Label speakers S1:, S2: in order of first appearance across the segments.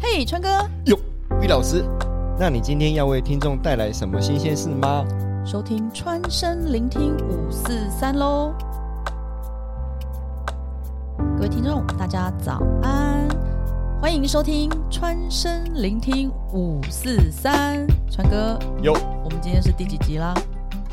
S1: 嘿，川哥，
S2: 哟，魏老师，那你今天要为听众带来什么新鲜事吗？
S1: 收听川声聆听五四三喽。各位听众，大家早安，欢迎收听川声聆听五四三。川哥，
S2: 哟，
S1: 我们今天是第几集啦？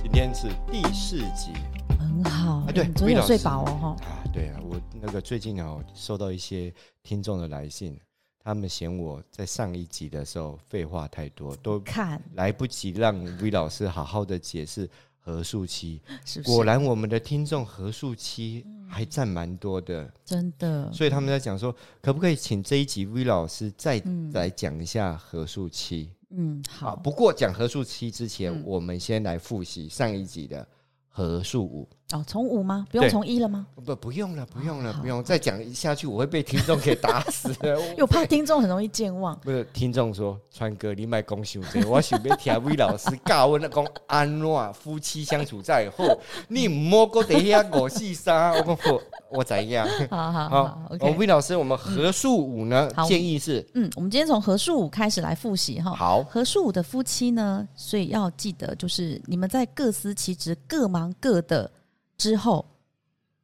S2: 今天是第四集
S1: 很好，
S2: 啊，对，
S1: 你昨
S2: 魏
S1: 天有
S2: 老师
S1: 睡饱哦，哈。
S2: 啊，对啊，我那个最近啊，收到一些听众的来信，他们嫌我在上一集的时候废话太多， 都
S1: 看
S2: 来不及让魏老师好好的解释合数期。
S1: 是不
S2: 果
S1: 是
S2: 然，我们的听众合数期还占蛮多的，
S1: 真的？
S2: 所以他们在讲说，可不可以请这一集 V 老师再来讲一下合数期？
S1: 嗯，
S2: 啊，
S1: 好嗯
S2: 不过讲合数期之前，我们先来复习上一集的合数五。
S1: 哦，从五吗？不用
S2: 对
S1: 从一了吗？
S2: 不，不用了，不用了，
S1: 哦好
S2: 不用，再讲下去我会被听众给打死的。
S1: 因为我怕听众很容易健忘。
S2: 不是听众说，川哥你卖公休这，我想要听 V 老师教我那讲安怎夫妻相处才 好。你唔好搁底下五四三，我讲好，我哦 怎样？
S1: 好好
S2: 好哦
S1: 好，
S2: 我
S1: ，OK。
S2: 魏老师，我们合数五呢
S1: 嗯好
S2: 建议是
S1: 嗯，我们今天从合数五开始来复习哈。
S2: 好
S1: 合数五的夫妻呢，所以要记得，就是你们在各司其职、各忙各的之后，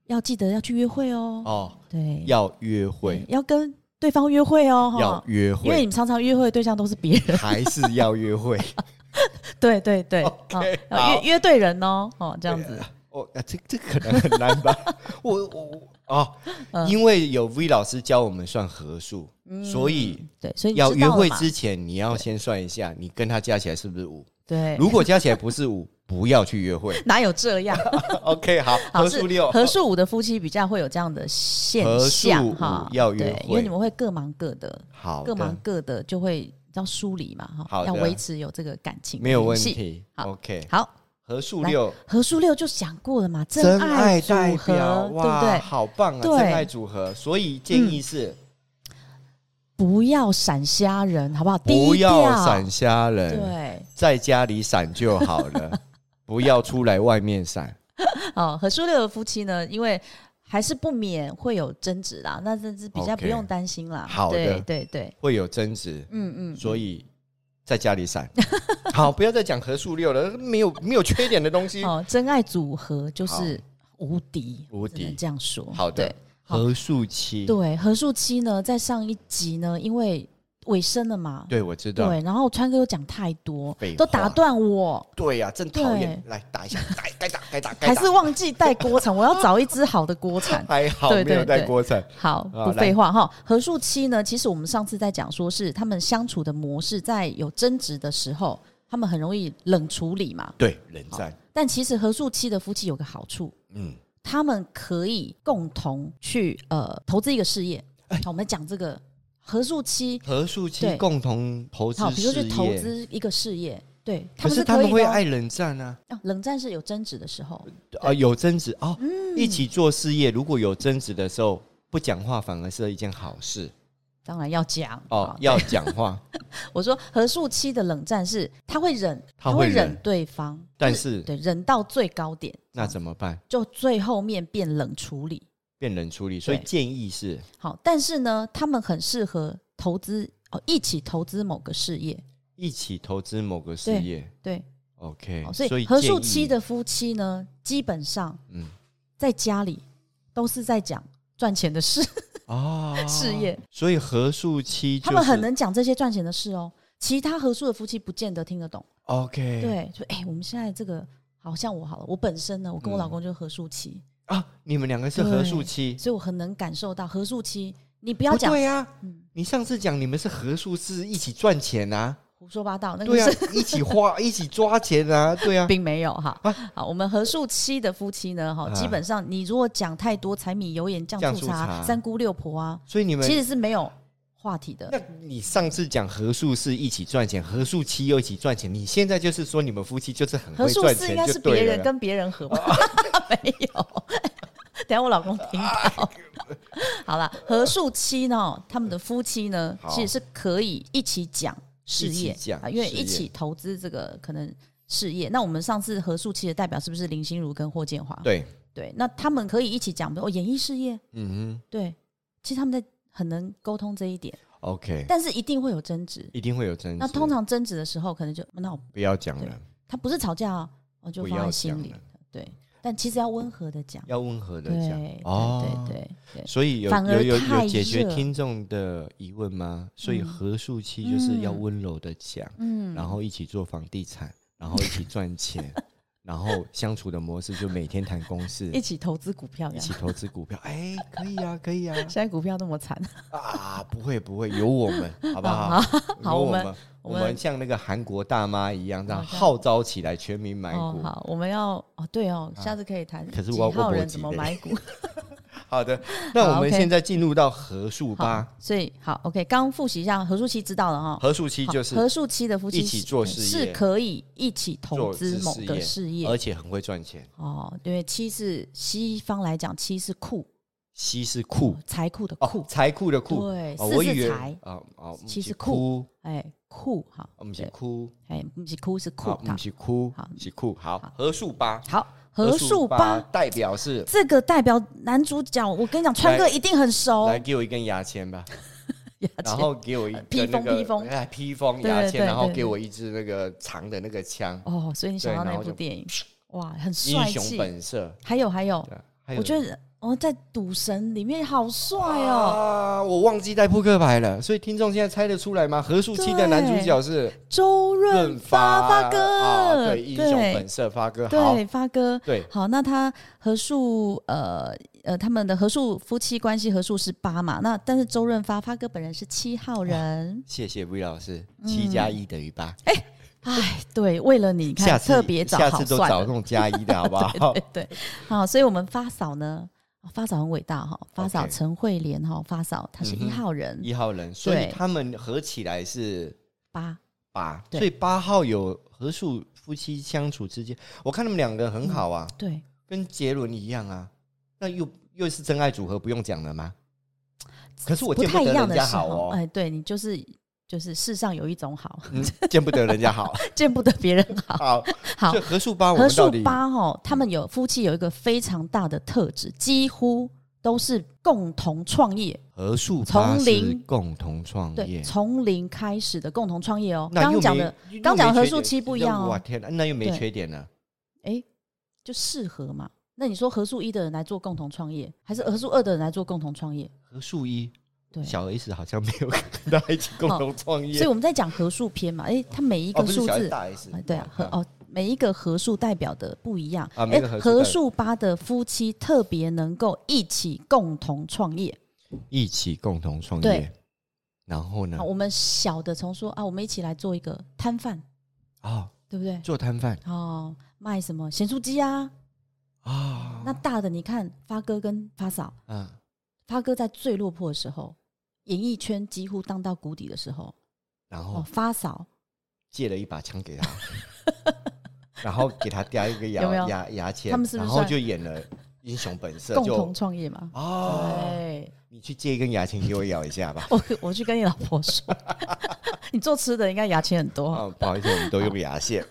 S1: 要记得要去约会哦。
S2: 哦，
S1: 对，
S2: 要约会
S1: 对，要跟对方约会哦，
S2: 要
S1: 哈，
S2: 约
S1: 因为你
S2: 会，
S1: 们常常约会的对象都是别人。
S2: 还是要约会。
S1: 对对对，
S2: OK，
S1: 哦
S2: 好
S1: 要约约对人哦，哦，这样子。
S2: 哦，啊这这可能很难吧？ 我我我哦，
S1: 嗯
S2: 因为有 V 老师教我们算合数，所以
S1: 对，所以你
S2: 要
S1: 知
S2: 约
S1: 道了
S2: 会
S1: 嘛
S2: 之前，你要先算一下，你跟他加起来是不是五？
S1: 对，
S2: 如果加起来不是五， 不要去 约会。
S1: 哪有这 样？
S2: OK，好，
S1: 好
S2: 合
S1: 是
S2: 数六，
S1: 合数五的夫妻比较会有这样的现
S2: 合数
S1: 象
S2: 五
S1: 哈，
S2: 要约
S1: 对，因
S2: 会
S1: 为你们会各忙各的，
S2: 好
S1: 各忙
S2: 的，
S1: 各的就会要疏离嘛哈，
S2: 好
S1: 要
S2: 的
S1: 维持有这个感情，
S2: 没有问。题。
S1: 好
S2: OK，
S1: 好，
S2: 合数
S1: 来
S2: 六，
S1: 合数六就想过了嘛，
S2: 真
S1: 爱
S2: 爱
S1: 组
S2: 代
S1: 合
S2: 表，，
S1: 对不
S2: 哇，
S1: 对？
S2: 好棒啊！
S1: 对嗯
S2: 真爱组合，所以建议是
S1: 不要闪瞎人，好不好？
S2: 不
S1: 低
S2: 要
S1: 调
S2: 闪，瞎人，
S1: 对，
S2: 在家里闪就好 了，不要出来外面闪。
S1: 哦，合数六的夫妻呢，因为。还是不免会有争执啦，那这是比较
S2: OK
S1: 不用担心啦。
S2: 好的
S1: 对对对，
S2: 会有争执，
S1: 嗯嗯，
S2: 所以在家 里闪。好，不要再讲合数六了，没有没有缺点的东西。
S1: 哦，真爱组合就是无敌，
S2: 无
S1: 只能
S2: 敌
S1: 这样说。
S2: 好的
S1: 对好
S2: 合数七，
S1: 对，何树七呢，在上一集呢，因为尾声了嘛，
S2: 对，我知
S1: 对，
S2: 道。
S1: 然后川哥又讲太多
S2: 废，话
S1: 都打断我，
S2: 对呀，真讨厌！
S1: 对
S2: 来打 一下，打该打该打该
S1: 还
S2: 打。
S1: 是。忘记带锅铲，我要找一只好的锅铲
S2: 还好
S1: 对
S2: 没有
S1: 对
S2: 带
S1: 对
S2: 锅铲。
S1: 好，
S2: 啊
S1: 不废话哈。何树七呢？其实我们上次在讲，说是他们相处的模式，在有争执的时候，他们很容易冷处理嘛。
S2: 对，冷战。
S1: 但其实何树七的夫妻有个好处，
S2: 嗯，
S1: 他们可以共同去呃投资一个事业。
S2: 哎
S1: 好，我们讲这个何树七，
S2: 合数七
S1: 对
S2: 共同投资
S1: 好，比如说
S2: 事
S1: 去投
S2: 业，
S1: 资一个事业，对，
S2: 可
S1: 们是
S2: 他
S1: 可以
S2: 们会
S1: 的哦
S2: 爱冷战啊，
S1: 啊冷战是有争执的时候，
S2: 啊，有争执哦。
S1: 嗯
S2: 一起做事业，如果有争执的时候不讲话，反而是一件好事
S1: 当然要讲
S2: 哦
S1: 啊。。
S2: 要讲话，
S1: 我说何树七的冷战是他会忍，
S2: 他
S1: 会
S2: 会忍
S1: 对方，
S2: 但
S1: 就是 对忍到最高点，
S2: 那怎么办？
S1: 就最后面变冷处理。
S2: 变冷处理，所以
S1: 对
S2: 建议是
S1: 好，但是呢，他们很适合投资哦，一起投资某个事业，
S2: 一起投资某个事
S1: 对
S2: 业。
S1: 对。
S2: OK，
S1: 哦所以
S2: 建
S1: 何
S2: 议
S1: 树七的夫妻呢，基本上
S2: 嗯
S1: 在家里都是在讲赚钱的事，
S2: 哦
S1: 事业，
S2: 所以何树七就
S1: 他
S2: 是
S1: 们很能讲这些赚钱的事哦。其他合数的夫妻不见得听得懂。
S2: OK
S1: 对，就哎、我们现在这个好像我好了，我本身呢，我跟我老
S2: 嗯
S1: 公就是合数期，
S2: 啊，你们两个是何树七，
S1: 所以我很能感受到合数期。你不
S2: 不
S1: 要讲
S2: 对呀、
S1: 嗯
S2: 你上次讲你们是何树是一起赚钱啊，
S1: 胡说八道，那
S2: 对
S1: 个
S2: 啊
S1: 是，
S2: 一起花，一起抓钱啊，对啊，
S1: 并没有哈
S2: 啊。
S1: 好，我们合数期的夫妻呢，哈，基
S2: 啊
S1: 本上你如果讲太多柴米油盐酱
S2: 酱
S1: 醋
S2: 醋
S1: 茶、
S2: 茶
S1: 三姑六婆啊，
S2: 所以你们
S1: 其实是没有话题的
S2: 那。你上次讲何树是一起赚钱，何树七又一起赚钱，你现在就是说你们夫妻就是很
S1: 合
S2: 嗯会
S1: 数
S2: 赚
S1: 是应该
S2: 钱，就是
S1: 别
S2: 对
S1: 人
S2: 了啦。
S1: 跟别人合吧？ 没有。 等一下我老公听 到。好了，合数期呢，他们的夫妻呢，
S2: 好
S1: 其实是可以一起讲事业
S2: 一起讲
S1: 啊，因为
S2: 事业
S1: 一起投资这个可能事业。那我们上次合数期的代表是不是林心如跟霍建华？
S2: 对，
S1: 对那他们可以一起讲，比如哦，演艺事业，
S2: 嗯
S1: 对，其实他们在很能沟通这一点。
S2: 哼， OK，
S1: 但是一定会有争执。
S2: 一定会有争
S1: 那
S2: 执。
S1: 通常争执的时候，可能就那我
S2: 不要讲了，
S1: 他不是吵架哦，我就
S2: 不
S1: 放
S2: 要
S1: 在心
S2: 讲
S1: 里
S2: 了。，
S1: 对，但其实要温和的讲，
S2: 要温和的
S1: 对
S2: 讲
S1: 对。
S2: 哦
S1: 对对对，
S2: 所以有
S1: 反而
S2: 有有
S1: 太
S2: 有解决
S1: 热
S2: 听众的疑问吗？所以
S1: 嗯
S2: 合数期就是要温柔的讲，
S1: 嗯，
S2: 然后一起做房地产，然后一起赚 钱，然后相处的模式就每天谈公事，
S1: 一起投资股票这
S2: 一
S1: 样，
S2: 起投资股票。哎，可以啊，可以啊，
S1: 现在股票那么惨，
S2: 啊，不会不会，有我们，好不
S1: 好
S2: 好？
S1: 啊好
S2: 有
S1: 我
S2: 我
S1: 们
S2: 们
S1: 我
S2: 我
S1: 们
S2: 们像那个韩国大妈一样，这样
S1: 好的
S2: 号召起来全民买
S1: 哦，
S2: 股。
S1: 好，我们要哦，对哦，
S2: 啊
S1: 下次可以谈。
S2: 可是
S1: 几
S2: 我
S1: 号
S2: 我
S1: 人
S2: 逻辑
S1: 怎么
S2: 嘞
S1: 买股？
S2: 好的，那
S1: 好
S2: 我们
S1: ，OK
S2: 现在进入到合数
S1: 好
S2: 吧。，
S1: 所以好，OK，刚刚复习一下，何树期知道了哈。
S2: 合数期
S1: 好
S2: 就是
S1: 何树期的夫妻
S2: 一起做事
S1: 是
S2: 业
S1: 可以一起投
S2: 做
S1: 资
S2: 事
S1: 某
S2: 事
S1: 个
S2: 业
S1: 事业
S2: 而且很会赚钱。
S1: 哦，因为七是西方来讲，七是库
S2: 西是酷
S1: 财库的
S2: 哦
S1: 库，，
S2: 财库的库。
S1: 对，
S2: 哦，我
S1: 四是
S2: 以为
S1: 财，
S2: 啊哦，
S1: 西是
S2: 酷，
S1: 哎，库哈，
S2: 我们哦是
S1: 对，
S2: 酷，
S1: 哎，不是库是库
S2: 我
S1: 哈
S2: 们。是酷
S1: 好，
S2: 是酷。好，合数八，
S1: 好，何树
S2: 八
S1: 八
S2: 代表是
S1: 这个代表男主角，我跟你讲，川哥
S2: 来
S1: 一定很熟。
S2: 来给我一根牙签 吧。
S1: 呀
S2: 然后给我一个
S1: 呃披风
S2: 那个
S1: 披风
S2: 哎，披风
S1: 对
S2: 牙
S1: 对
S2: 签，
S1: 对
S2: 然后
S1: 对
S2: 给我一支那个长的那个枪，
S1: 哦，所以你想
S2: 对
S1: 到那
S2: 然后
S1: 部
S2: 就
S1: 电影，哇，很
S2: 英
S1: 帅
S2: 雄
S1: 气。
S2: 本色。
S1: 还有还有，
S2: 对，啊还有
S1: 我觉得哦，在《赌神》里面好帅哦，
S2: 啊，我忘记带扑克牌了，所以听众现在猜得出来吗？何树七的男主角是
S1: 周润
S2: 润
S1: 发发
S2: 啊
S1: 哥，
S2: 对，英雄本色发哥，好，
S1: 对发哥。
S2: 对，
S1: 好，那他合数呃呃，他们的合数夫妻关系合数是八嘛？那但是周润发发哥本人是七号人，
S2: 谢谢 V 老师，七加一等于八，
S1: 嗯哎，对，为了你，你
S2: 下
S1: 看
S2: 次
S1: 特别找
S2: 下
S1: 好
S2: 次都
S1: 算
S2: 找
S1: 了
S2: 那种加一的好不好？
S1: 对，好，所以我们发嫂呢，哦发嫂很伟大哈，发嫂
S2: OK
S1: 陈慧莲哈，发嫂她是一
S2: 嗯哼
S1: 号人，
S2: 一号人，所以
S1: 对
S2: 他们合起来是
S1: 八
S2: 八，
S1: 对
S2: 所以八号有合数夫妻相处之间，我看他们两个很好啊，
S1: 对，
S2: 跟杰伦一样啊，那又又是真爱组合，不用讲了吗？可是我
S1: 不
S2: 见
S1: 太一
S2: 得
S1: 样
S2: 人
S1: 的
S2: 家
S1: 时
S2: 好
S1: 候，
S2: 哦，
S1: 哎，对你就是就是世上有一种好，
S2: 嗯，见不得人家好。
S1: 见不得别人 好。
S2: 好，
S1: 好
S2: 所以合数八，我
S1: 何
S2: 们到
S1: 数
S2: 底嗯
S1: 八哦，他们有夫妻有一个非常大的特质，几乎都是共同创业，
S2: 合数
S1: 从
S2: 八是
S1: 零
S2: 共同创
S1: 对，
S2: 业，
S1: 从零开始的共同创业哦。
S2: 那
S1: 刚
S2: 又
S1: 刚讲
S2: 没
S1: 的，
S2: 又
S1: 刚讲
S2: 没
S1: 的合
S2: 缺
S1: 数
S2: 点
S1: 七不一
S2: 那
S1: 样哦
S2: 哇天哪，那又没
S1: 对
S2: 缺点了，
S1: 哎，就适合嘛。那你说合数一的人来做共同创业，还是合数二的人来做共同创业？
S2: 合数一。
S1: 对哦
S2: 小 S 好像没有跟大家一起共同创业，
S1: 所以我们在讲合数篇嘛，哎，它每一
S2: 哦
S1: 个
S2: 不是
S1: 数
S2: 小 S
S1: 字，
S2: 大 S，
S1: 啊对啊，和哦，每一个合数代表的不一样。
S2: 啊
S1: 哎
S2: 每个合数代表
S1: 合数八的夫妻特别能够一起共同创业。
S2: 一起共同创
S1: 对
S2: 业，然后呢
S1: 啊，，我们小的从说啊，我们一起来做一个摊贩，
S2: 哦，
S1: 对不对？
S2: 做摊贩
S1: 哦，卖什么咸酥鸡啊？
S2: 啊，
S1: 那大的你看发哥跟发嫂，
S2: 嗯，
S1: 发哥在最落魄的时候，演艺圈几乎荡到谷底的时候，
S2: 然
S1: 哦，
S2: 后
S1: 发嫂
S2: 借了一把 枪给他，然后给他叼一个牙
S1: 有没有
S2: 牙牙签，
S1: 他们是不是
S2: 然后就演了英雄本色，
S1: 共
S2: 就
S1: 同创业嘛。
S2: 哦，
S1: 哎，
S2: 你去借一根牙签给我咬一下吧。
S1: 我我去跟你老婆说， 你做吃的应该牙签很多。
S2: 啊，不好意思，我们都用 牙线，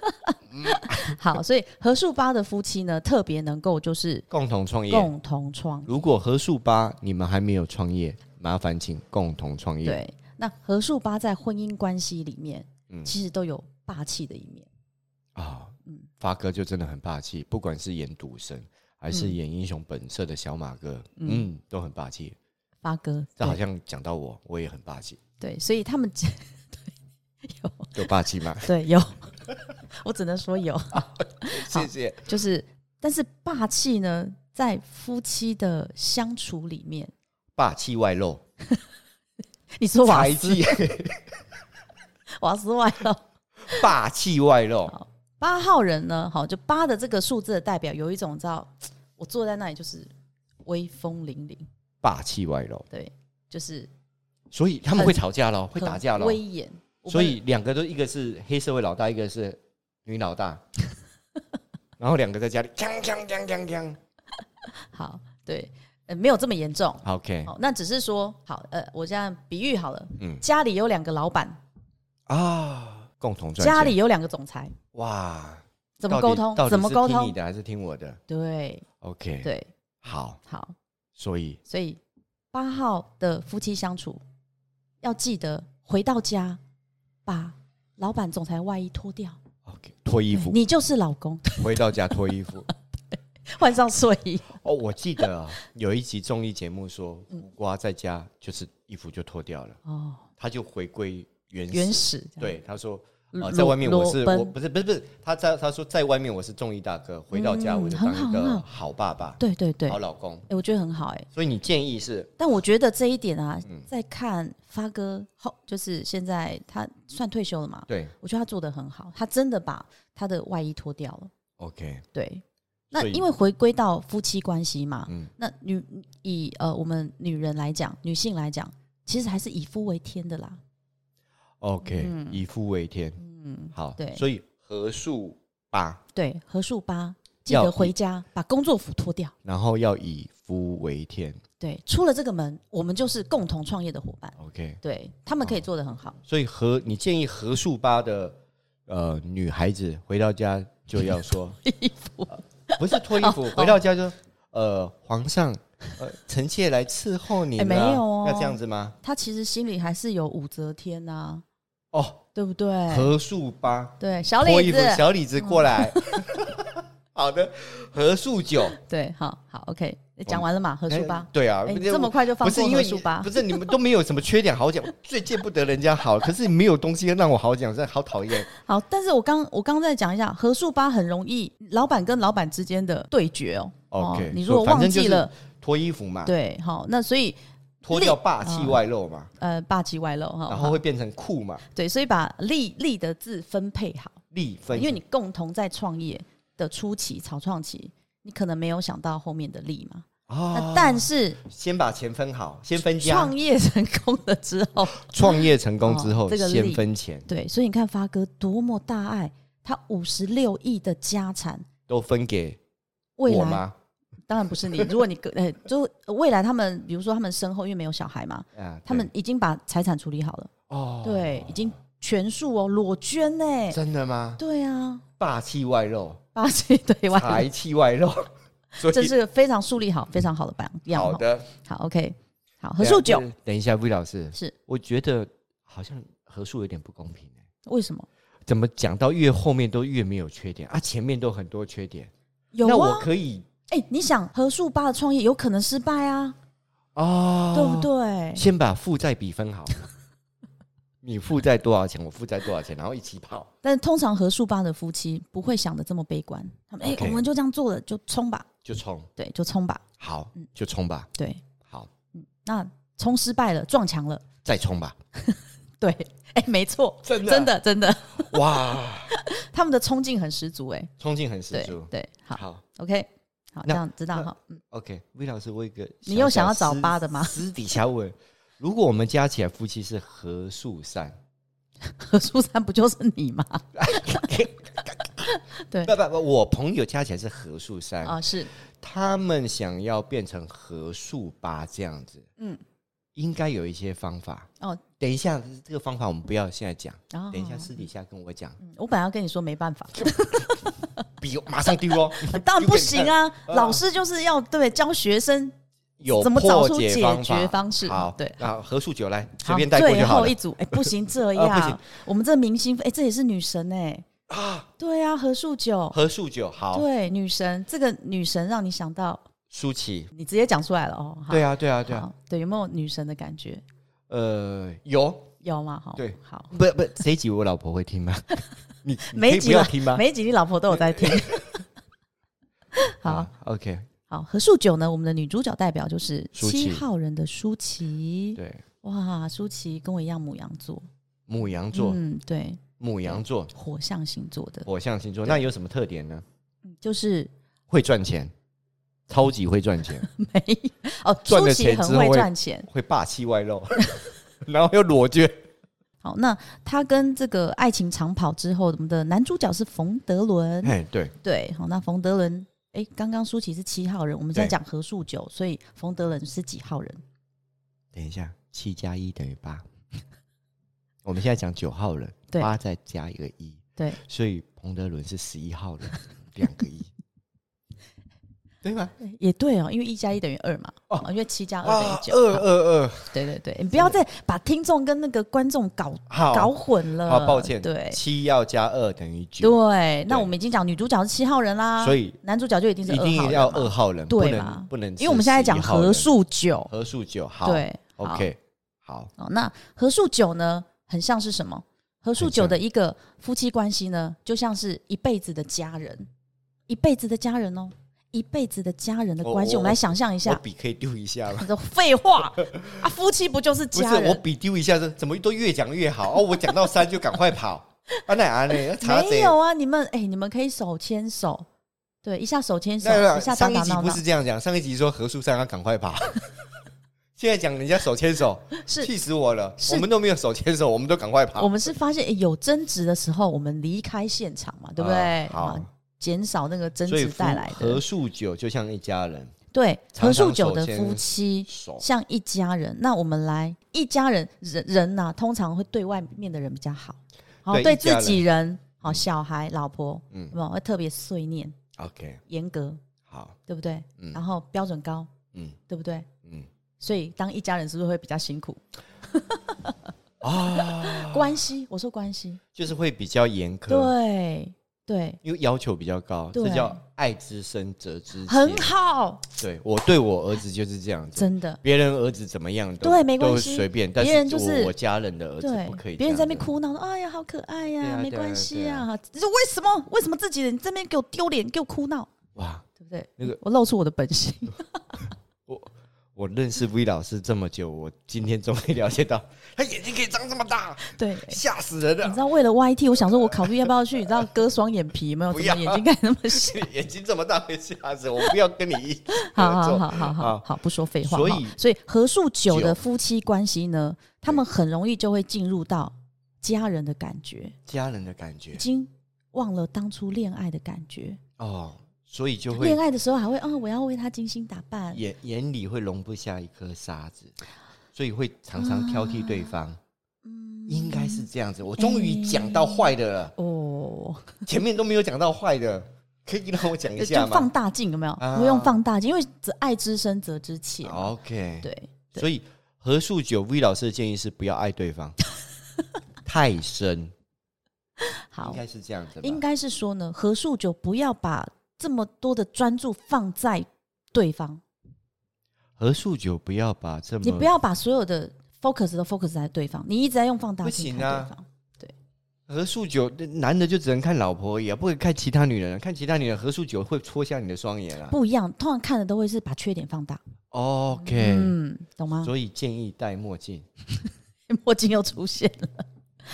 S1: 好，所以合数八的夫妻呢，特别能够就是
S2: 共同创业。
S1: 共同创
S2: 如果合数八你们还没有创业，麻烦请共同创业。
S1: 对。那合数八在婚姻关系里面，
S2: 嗯
S1: 其实都有霸气的一面。
S2: 啊，
S1: 嗯
S2: 发哥就真的很霸气，不管是演赌神还是
S1: 嗯
S2: 演英雄本色的小马哥，
S1: 嗯
S2: 嗯，都很霸气。
S1: 发哥，
S2: 这好
S1: 对
S2: 像讲到我，我也很霸气，
S1: 对，所以他们 对有
S2: 有霸气 吗？
S1: 对有，我只能说有，
S2: 谢谢。
S1: 就是但是霸气呢，在夫妻的相处里面，
S2: 霸气外露，
S1: 你说瓦
S2: 才
S1: 斯
S2: 气，
S1: 瓦斯外露。
S2: 霸气外露
S1: 好八号人呢，好，就八的这个数字的代表，有一种你知道，我坐在那里就是威风凛凛，
S2: 霸气外露，
S1: 对，就是
S2: 所以他们会吵架咯，会
S1: 很
S2: 打架咯。
S1: 威严。我们
S2: 所以两个都一个是黑社会老大，一个是女老 大，然后两个在家里锵锵锵锵锵。
S1: 好，对，呃，没有这么严重。
S2: OK
S1: 好，那只是说，好，呃，我这样比喻好了，
S2: 嗯
S1: 家里有两个老板，
S2: 啊，共同赚钱。
S1: 家里有两个总裁，
S2: 哇，
S1: 怎么
S2: 到
S1: 沟
S2: 底
S1: 通？
S2: 到底
S1: 怎么
S2: 是
S1: 沟
S2: 听你
S1: 通？
S2: 的还是听我的
S1: 对
S2: ？OK，，
S1: 对，
S2: 好，
S1: 好，
S2: 所以
S1: 所以八号的夫妻相处要记得回到家把老板总裁外衣脱掉，
S2: OK，脱衣服，
S1: 你就是老公，
S2: 回到家脱衣服。
S1: 换上睡衣。
S2: 哦，我记得啊，有一集综艺节目说，
S1: 嗯
S2: 胡瓜在家就是衣服就脱掉了，
S1: 哦，
S2: 他就回归原始。
S1: 原始这样
S2: 对，他说。
S1: 裸
S2: 啊，在外面我是
S1: 裸
S2: 我
S1: 奔
S2: 不是不是不是，他在他说在外面我是综艺大哥，回到家
S1: 嗯
S2: 我就当
S1: 很好
S2: 一个
S1: 很好
S2: 好爸爸、
S1: 对对对，
S2: 好
S1: 哎、
S2: 老公。
S1: 我觉得很好哎、
S2: 所以你建议是
S1: 但我觉得这一点啊，
S2: 嗯
S1: 在看发哥后，就是现在他算退休了嘛，
S2: 对
S1: 我觉得他做的很好，他真的把他的外衣脱掉了。
S2: ，OK，
S1: 对，那
S2: 所以
S1: 因为回归到夫妻关系嘛，
S2: 嗯，
S1: 那女以呃我们女人来讲，女性来讲，其实还是以夫为天的啦。
S2: OK，、
S1: 嗯
S2: 以父为天，
S1: 嗯，
S2: 好，
S1: 对
S2: 所以合数八，
S1: 对，何数八，记
S2: 要
S1: 得回家把工作服脱掉。
S2: 然后要以夫为天
S1: 对，出了这个门，我们就是共同创业的伙伴。
S2: ，OK，
S1: 对他
S2: 哦
S1: 们可以做得很好，
S2: 所以合你建议合数八的呃女孩子回到家就要 说
S1: 衣服
S2: 不是脱衣服，回到家就呃皇上呃臣妾来伺候你、啊
S1: 哎没有哦
S2: 要这样子吗？
S1: 他其实心里还是有武则天呐、
S2: 哦，
S1: 对不对？
S2: 合数八，
S1: 对，小
S2: 脱
S1: 李
S2: 衣服
S1: 子，，嗯
S2: 小李子过来， 好的，合数九，
S1: 对，好好，OK，讲完了嘛，何数
S2: 哎
S1: 八，
S2: 对啊，
S1: 哎，你
S2: 这
S1: 这么快就放
S2: 不是
S1: 过
S2: 因
S1: 何
S2: 为
S1: 数
S2: 你
S1: 八
S2: 不，是你们都没有什么缺点好讲， 最见不得人家好，可是没有东西让我好讲，真的好讨厌。
S1: 好，但是我刚我刚再讲一下，合数八很容易，老板跟老板之间的对决哦。
S2: OK，
S1: 哦，你
S2: 所
S1: 如
S2: 以
S1: 果
S2: 反
S1: 忘
S2: 正就
S1: 记
S2: 是啊
S1: 了，
S2: 脱衣服嘛，
S1: 对，好，那所以
S2: 脱掉霸气外露嘛，
S1: 呃，霸气外露哈，
S2: 然后会变成酷嘛，
S1: 对，所以把利利的字分配好，
S2: 力分。
S1: 哦因为你共同在创业的初期、草创期，你可能没有想到后面的利嘛。
S2: 啊
S1: 那，但是
S2: 先把钱分好，先分家
S1: 创。业成功了之后，
S2: 创业成功之后
S1: 哦，这个力
S2: 先分钱
S1: 对，所以你看发哥多么大爱，他五十六亿的家产，
S2: 都分给
S1: 未
S2: 我
S1: 来
S2: 妈
S1: 当然不是你， 如果你个呃，就未来他们，比如说他们身后因为没有小孩嘛，
S2: 啊，
S1: 他
S2: 对
S1: 们已经把财产处理好了，
S2: 哦，
S1: 对，已经全数哦，裸捐呢、
S2: 真的吗？
S1: 对啊，
S2: 霸气外露，
S1: 八十对
S2: 财
S1: 外，
S2: 气外露，所
S1: 这
S2: 以
S1: 是个非常树立好、非常好的榜样。哦
S2: 好，的。啊
S1: 好，OK，好，何数九
S2: 等一下。等一下，魏老师，
S1: 是
S2: 我觉得好像合数有点不公平哎，
S1: 为什么？
S2: 怎么讲到越后面都越没有缺点啊？前面都很多缺点，
S1: 有
S2: 那我
S1: 啊，
S2: 可以
S1: 哎、你想何数八的创业有可能失败啊，
S2: 哦，
S1: 对不？对？
S2: 先把负债比分好，你负债多少钱，我负债多少钱，然后一起跑。
S1: 但通常何数八的夫妻不会想的这么悲观，他们哎、
S2: OK
S1: 我们就这样做了，就冲吧，
S2: 就冲，
S1: 对，就冲吧，
S2: 好，就冲吧，
S1: 对，
S2: 好，
S1: 那冲失败了，撞墙了，
S2: 再冲吧，
S1: 对，哎、没错，
S2: 真啊
S1: 真的真的，
S2: 哇，
S1: 他们的冲劲很十足、哎，
S2: 冲劲很十
S1: 对
S2: 足。
S1: 对，好。
S2: 好
S1: OK，好，这
S2: 那
S1: 样知道
S2: 那
S1: 哈。
S2: ，OK，魏老师，我有一个，
S1: 你又想要找八的吗
S2: 私底下问，如果我们加起来夫妻是合数三，
S1: 何书山不就是你吗？ 对
S2: 不不不，我朋友加起来是合数三，
S1: 啊，是
S2: 他们想要变成合数八这样子，
S1: 嗯
S2: 嗯，应该有一些方法。
S1: 哦。
S2: 等一下，这个方法我们不要现在讲，
S1: 然后嗯
S2: 等一下私底下跟我讲，
S1: 我本来要跟你说没办 法，
S2: 比马上丢哦，
S1: 当然不行啊！
S2: 看
S1: 老师就是要对教学生
S2: 有
S1: 怎么找
S2: 破
S1: 出解
S2: 解方
S1: 决
S2: 法。
S1: 方式。
S2: 好，
S1: 对，
S2: 那合数九来随
S1: 好
S2: 便带过就
S1: 最
S2: 好
S1: 后
S2: 了
S1: 一。组，哎，不行这
S2: 啊不行
S1: 样，我们这明星哎，这也是女神哎啊，对啊，何数九，
S2: 合数九，好，
S1: 对，女神，这个女神让你想到，
S2: 舒淇，
S1: 你直接讲出来了哦。好
S2: 对，啊，对啊，对啊，
S1: 好，对，有没有女神的感觉？
S2: 呃，有，
S1: 有吗？好，
S2: 对
S1: 好，
S2: 不不，这一集我老婆会听 吗？你你可
S1: 每一
S2: 以不
S1: 集
S2: 要
S1: 啦
S2: 听吗？
S1: 每一集你老婆都有在听。 好嗯
S2: 啊，OK，
S1: 好，何数九呢？我们的女主角代表就是
S2: 舒
S1: 七
S2: 淇
S1: 号人的舒淇。
S2: 对，
S1: 哇，舒淇跟我一样母羊座，
S2: 母羊座，
S1: 嗯，对，
S2: 母羊座，
S1: 火象星座的，
S2: 火象星座，那有什么特点呢？
S1: 嗯就是
S2: 会赚钱，超级会 赚钱，
S1: 没哦，
S2: 赚
S1: 舒
S2: 了
S1: 淇
S2: 钱
S1: 很
S2: 之后
S1: 会
S2: 会
S1: 赚钱。
S2: 会霸气外露， 然后又裸捐。
S1: 好，那她跟这个爱情长跑之后，我们的男主角是冯德伦，
S2: 哎，对，
S1: 对，好，那冯德伦。哎，刚刚舒淇是七号人，我们现在
S2: 对
S1: 讲何数九，所以冯德伦是几号人？
S2: 等一下，七加一等于 八。我们现在讲九号人，
S1: 对
S2: 八再加一个一，
S1: 对，
S2: 所以彭德伦是十一号人，两个一。对吗？
S1: 也对哦，因为一加一等于二嘛，
S2: 哦
S1: 哦，因为七加二等于
S2: 啊，
S1: 九
S2: 二，二二，
S1: 对对对，你不要再把听众跟那个观众搞
S2: 好，
S1: 搞混了，
S2: 好，哦啊抱歉，
S1: 对
S2: 七要加二等于九，
S1: 哎对，那
S2: 对
S1: 我们已经讲女主角是七号人啦，
S2: 所以
S1: 男主角就一定是
S2: 一定
S1: 二
S2: 要
S1: 号
S2: 二
S1: 人嘛，
S2: 号人，不
S1: 对
S2: 能
S1: 嘛
S2: 不能是11号人，
S1: 因为我们现在讲合数九，
S2: 合数九，好，
S1: 对好
S2: ，OK，好，
S1: 哦，那合数九呢，很像是什么？合数九的一个夫妻关系呢，就像是一辈子的家人，一辈子的家人哦，一辈子的家人的关系。
S2: 我我
S1: 我们来想象一
S2: 我
S1: 下，
S2: 笔可以丢一下 吗？
S1: 你说废话啊，夫妻不就是
S2: 不是
S1: 家，
S2: 我
S1: 人？
S2: 笔丢一下，这怎么都越讲越好哦，我讲到三就赶快跑，啊那啊那查
S1: 没
S2: 贼。
S1: 有啊，你们哎、你们可以手牵手，对，一下手牵手，
S2: 那
S1: 一
S2: 个
S1: 下打
S2: 上一
S1: 打
S2: 集
S1: 闹
S2: 不
S1: 闹
S2: 是，这样讲，上一集说何树山要赶快跑，现在讲人家手牵手，
S1: 是
S2: 气死我了！
S1: 是
S2: 我们都没有手牵手，我们都赶快
S1: 我
S2: 跑，
S1: 们是发现、哎有争执的时候，我们离开现场嘛，对不对？
S2: 啊好
S1: 啊，减少那个争
S2: 所以
S1: 执带来
S2: 何
S1: 的。
S2: 树九就像一家人，
S1: 对，
S2: 常
S1: 合数
S2: 常
S1: 九
S2: 手
S1: 的
S2: 牵
S1: 夫妻
S2: 手
S1: 像一家人。那我们来一家人人人呐、通常会对外面的人比较好，好
S2: 对
S1: 对
S2: 一家
S1: 自己人，好小孩、老婆，
S2: 嗯
S1: 嗯，有没有会特别碎念、
S2: OK，
S1: 严格，
S2: 好，
S1: 对不对？
S2: 嗯
S1: 然后标准高，
S2: 嗯
S1: 对不对？
S2: 嗯
S1: 所以当一家人是不是会比较辛苦？
S2: 啊，
S1: 关系，我说关系，
S2: 就是会比较严苛，
S1: 对对，
S2: 因为要求比较高，
S1: 对
S2: 这叫爱之深责之切。
S1: 很好，
S2: 对我对我儿子就是这样子，
S1: 真的。
S2: 别人儿子怎么样都
S1: 对没关系
S2: 都随便，但
S1: 别人
S2: 是
S1: 就是
S2: 我我家人的儿子
S1: 对
S2: 不可以这样子，，
S1: 别人在那边哭闹，哎呀，好可爱呀、
S2: 对啊
S1: 没
S2: 对啊
S1: 关系
S2: 对
S1: 呀、
S2: 啊
S1: 这是为什么？为什么自己人这边给我丢脸，给我哭闹？
S2: 哇。
S1: 对不对？
S2: 那个
S1: 我露出我的本性，
S2: 我认识 V 老师这么久，我今天终于了解到，他眼睛可以张这么大，
S1: 对。
S2: 吓死人
S1: 你知
S2: 了！
S1: 道为了 YT，我想说，我考虑要不要去，你知道割双眼皮有没有？
S2: 不
S1: 怎
S2: 要
S1: 么眼睛盖那么小？
S2: 眼睛这么大会吓死我，不要跟你一起
S1: 好好
S2: 合
S1: 好
S2: 作。
S1: 好
S2: 好
S1: 好好，不说废话。
S2: 所以
S1: 好所以合数九
S2: 九
S1: 的夫妻关系呢，他们很容易就会进入到家人的感觉，
S2: 家人的感觉
S1: 已经忘了当初恋爱的感觉。
S2: 哦，所以就会
S1: 恋爱的时候还会啊、我要为他精心打扮，
S2: 眼眼里会容不下一颗沙子，所以会常常挑剔对方。
S1: 嗯
S2: 应该是这样子。我终于讲到坏的了，
S1: 哦，
S2: 前面都没有讲到坏的，可以让我讲一
S1: 就
S2: 下
S1: 就放
S2: 吗
S1: 大镜有没有？
S2: 啊哦
S1: 不用放大镜，因为则爱之深则之切。
S2: ？OK，
S1: 啊对，对
S2: 所以何数九 V 老师的建议是不要爱对方太深，应
S1: 好，
S2: 该是这样子吧。
S1: 应该是说呢，何数九不要把这么多的专注放在对方，
S2: 何数九不要把这么
S1: 你不要把所有的 focus 都 focus 在对方，你一直在用放大
S2: 不
S1: 镜
S2: 行
S1: 看
S2: 啊
S1: 对方。
S2: 何数九，男的就只能看老婆而已啊，不可以看其他女人啊，看其他女人何数九会戳瞎你的双眼啊。
S1: 不一样，通常看的都会是把缺点放大，
S2: OK，、
S1: 嗯，懂吗？
S2: 所以建议戴墨镜。
S1: 墨镜又出现了，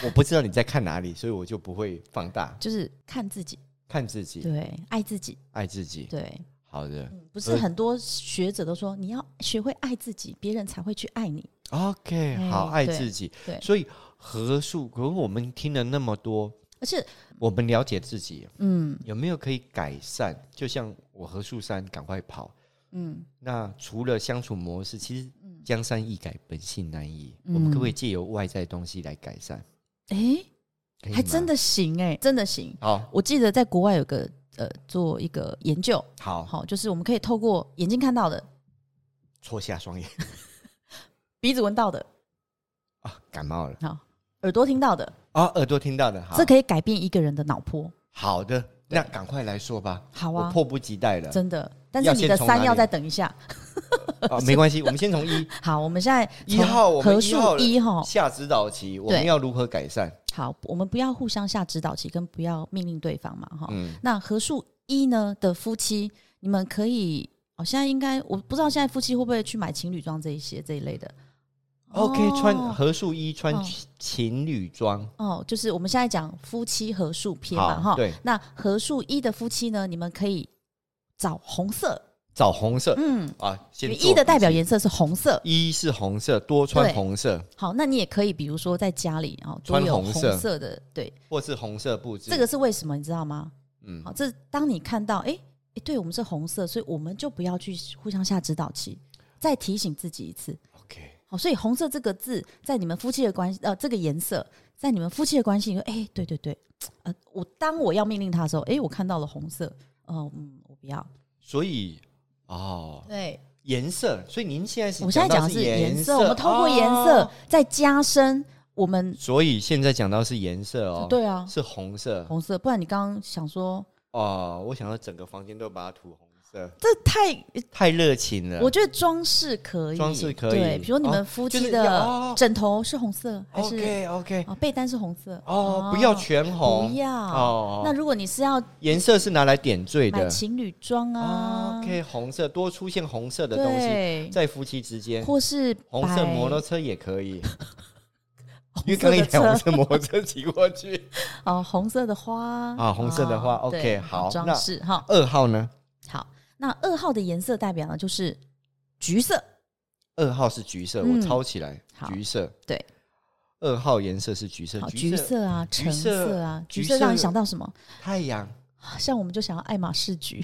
S2: 我不知道你在看哪里，所以我就不会放大
S1: 就是看自己，
S2: 看自己，
S1: 对，爱自己，
S2: 爱自己。
S1: 对，
S2: 好的
S1: 嗯不是
S2: 呃
S1: 很多学者都说你要学会爱自己，别人才会去爱你，
S2: ，OK，
S1: 哎
S2: 好，爱
S1: 对
S2: 自己。
S1: 对
S2: 所以何数，可是我们听了那么多，
S1: 而且，
S2: 我们了解自己
S1: 嗯
S2: 有没有可以改善？就像我何树山赶快跑，
S1: 嗯，
S2: 那除了相处模式，其实江山易改，本性难移。
S1: 嗯
S2: 我们可不可以借由外在东西来改善？
S1: 诶，
S2: 可以吗
S1: 还真的行诶，真的行。
S2: 好，
S1: 我记得在国外有个呃做一个研究，
S2: 好，
S1: 好，就是我们可以透过眼睛看到的、
S2: 戳瞎双眼
S1: 鼻子闻到的、
S2: 啊，感冒了
S1: 好耳朵听到的，
S2: 啊，耳朵听到的，好
S1: 这，可以改变一个人的脑波。
S2: 好的，那赶快来说吧，
S1: 好
S2: 我
S1: 啊，
S2: 迫不及待了
S1: 真的。但是
S2: 要
S1: 你
S2: 先
S1: 的
S2: 从哪
S1: 三
S2: 里
S1: 要再等一下。
S2: 啊，没 关系，我们先从一
S1: 好，我们现在
S2: 一
S1: 从
S2: 号我们
S1: 合
S2: 一
S1: 数
S2: 号人
S1: 一哈。
S2: 下指导期，我们要如何改善？
S1: 好，我们不要互相下指导棋，跟不要命令对方嘛哈。
S2: 嗯，
S1: 那合数一呢的夫妻，你们可以，哦，现在应该我不知道现在夫妻会不会去买情侣装这一些这一类的。
S2: OK，穿
S1: 哦
S2: 合数一穿
S1: 哦
S2: 情侣装，
S1: 哦，就是我们现在讲夫妻合数篇嘛
S2: 好，
S1: 哈。
S2: 对，
S1: 那合数一的夫妻呢，你们可以找红色，
S2: 找红色
S1: 嗯，
S2: 啊，
S1: 因
S2: 先
S1: 为
S2: 做
S1: 一的代表
S2: 笔记
S1: 颜色是红色。
S2: 一是红色，多穿
S1: 对
S2: 红色，
S1: 好，那你也可以，比如说在家里哦，桌
S2: 穿
S1: 有
S2: 红
S1: 红
S2: 色
S1: 色的，对，
S2: 或是红色布置。
S1: 这个是为什么，你知道吗？
S2: 嗯
S1: 好，这当你看到，诶，诶，对我们是红色，所以我们就不要去互相下指导棋，再提醒自己一次。
S2: ，OK，
S1: 好，所以红色这个字在你们夫妻的关系，呃，这个颜色在你们夫妻的关系，你说，哎、对对对，呃，我当我要命令他的时候，哎、我看到了红色，呃，嗯，我不要，
S2: 所以哦，
S1: 对，
S2: 颜色，所以您现在是
S1: 我现在
S2: 到
S1: 讲的是颜
S2: 颜
S1: 色，我们通过颜色
S2: 哦
S1: 再加深我们
S2: 所以现在讲到是颜色哦，，
S1: 对啊，
S2: 是红色
S1: 红色，不然你刚刚想说
S2: 哦。我想要整个房间都把它涂红色，
S1: 这太，
S2: 太热情了。
S1: 我觉得装饰可以，
S2: 装饰可以
S1: 对，比如你
S2: 哦
S1: 们夫
S2: 就
S1: 妻
S2: 是要
S1: 的
S2: 哦
S1: 枕头是红色还是
S2: OK OK
S1: 啊被单是红色
S2: 哦，不要全红，
S1: 不要
S2: 哦
S1: 那如果你是要
S2: 颜色是拿来点缀
S1: 买
S2: 的。哦
S1: 情侣装啊，
S2: OK，红色多出现红色的东西，
S1: 对，
S2: 在夫妻之间，
S1: 或是
S2: 红色
S1: 摆
S2: 摩托车也 可以。
S1: 红
S2: 因为
S1: 色
S2: 刚刚一
S1: 的
S2: 台红
S1: 车
S2: 色摩托车骑过去。
S1: 哦，红色的花
S2: 啊红色的花
S1: 啊
S2: OK，
S1: 对
S2: 好那
S1: 装饰哈。
S2: 二号呢？
S1: 好，那二号的颜色代表呢就是橘色，
S2: 二号是橘色，
S1: 嗯
S2: 我抄起来，
S1: 好
S2: 橘色。
S1: 对，
S2: 二号颜色是橘色
S1: 好，，
S2: 橘
S1: 橘色啊，
S2: 橘
S1: 橙
S2: 色
S1: 色啊，
S2: 橘
S1: 橘色让你
S2: 色
S1: 想到什么？啊
S2: 太阳。
S1: 像我们就想要爱马仕橘，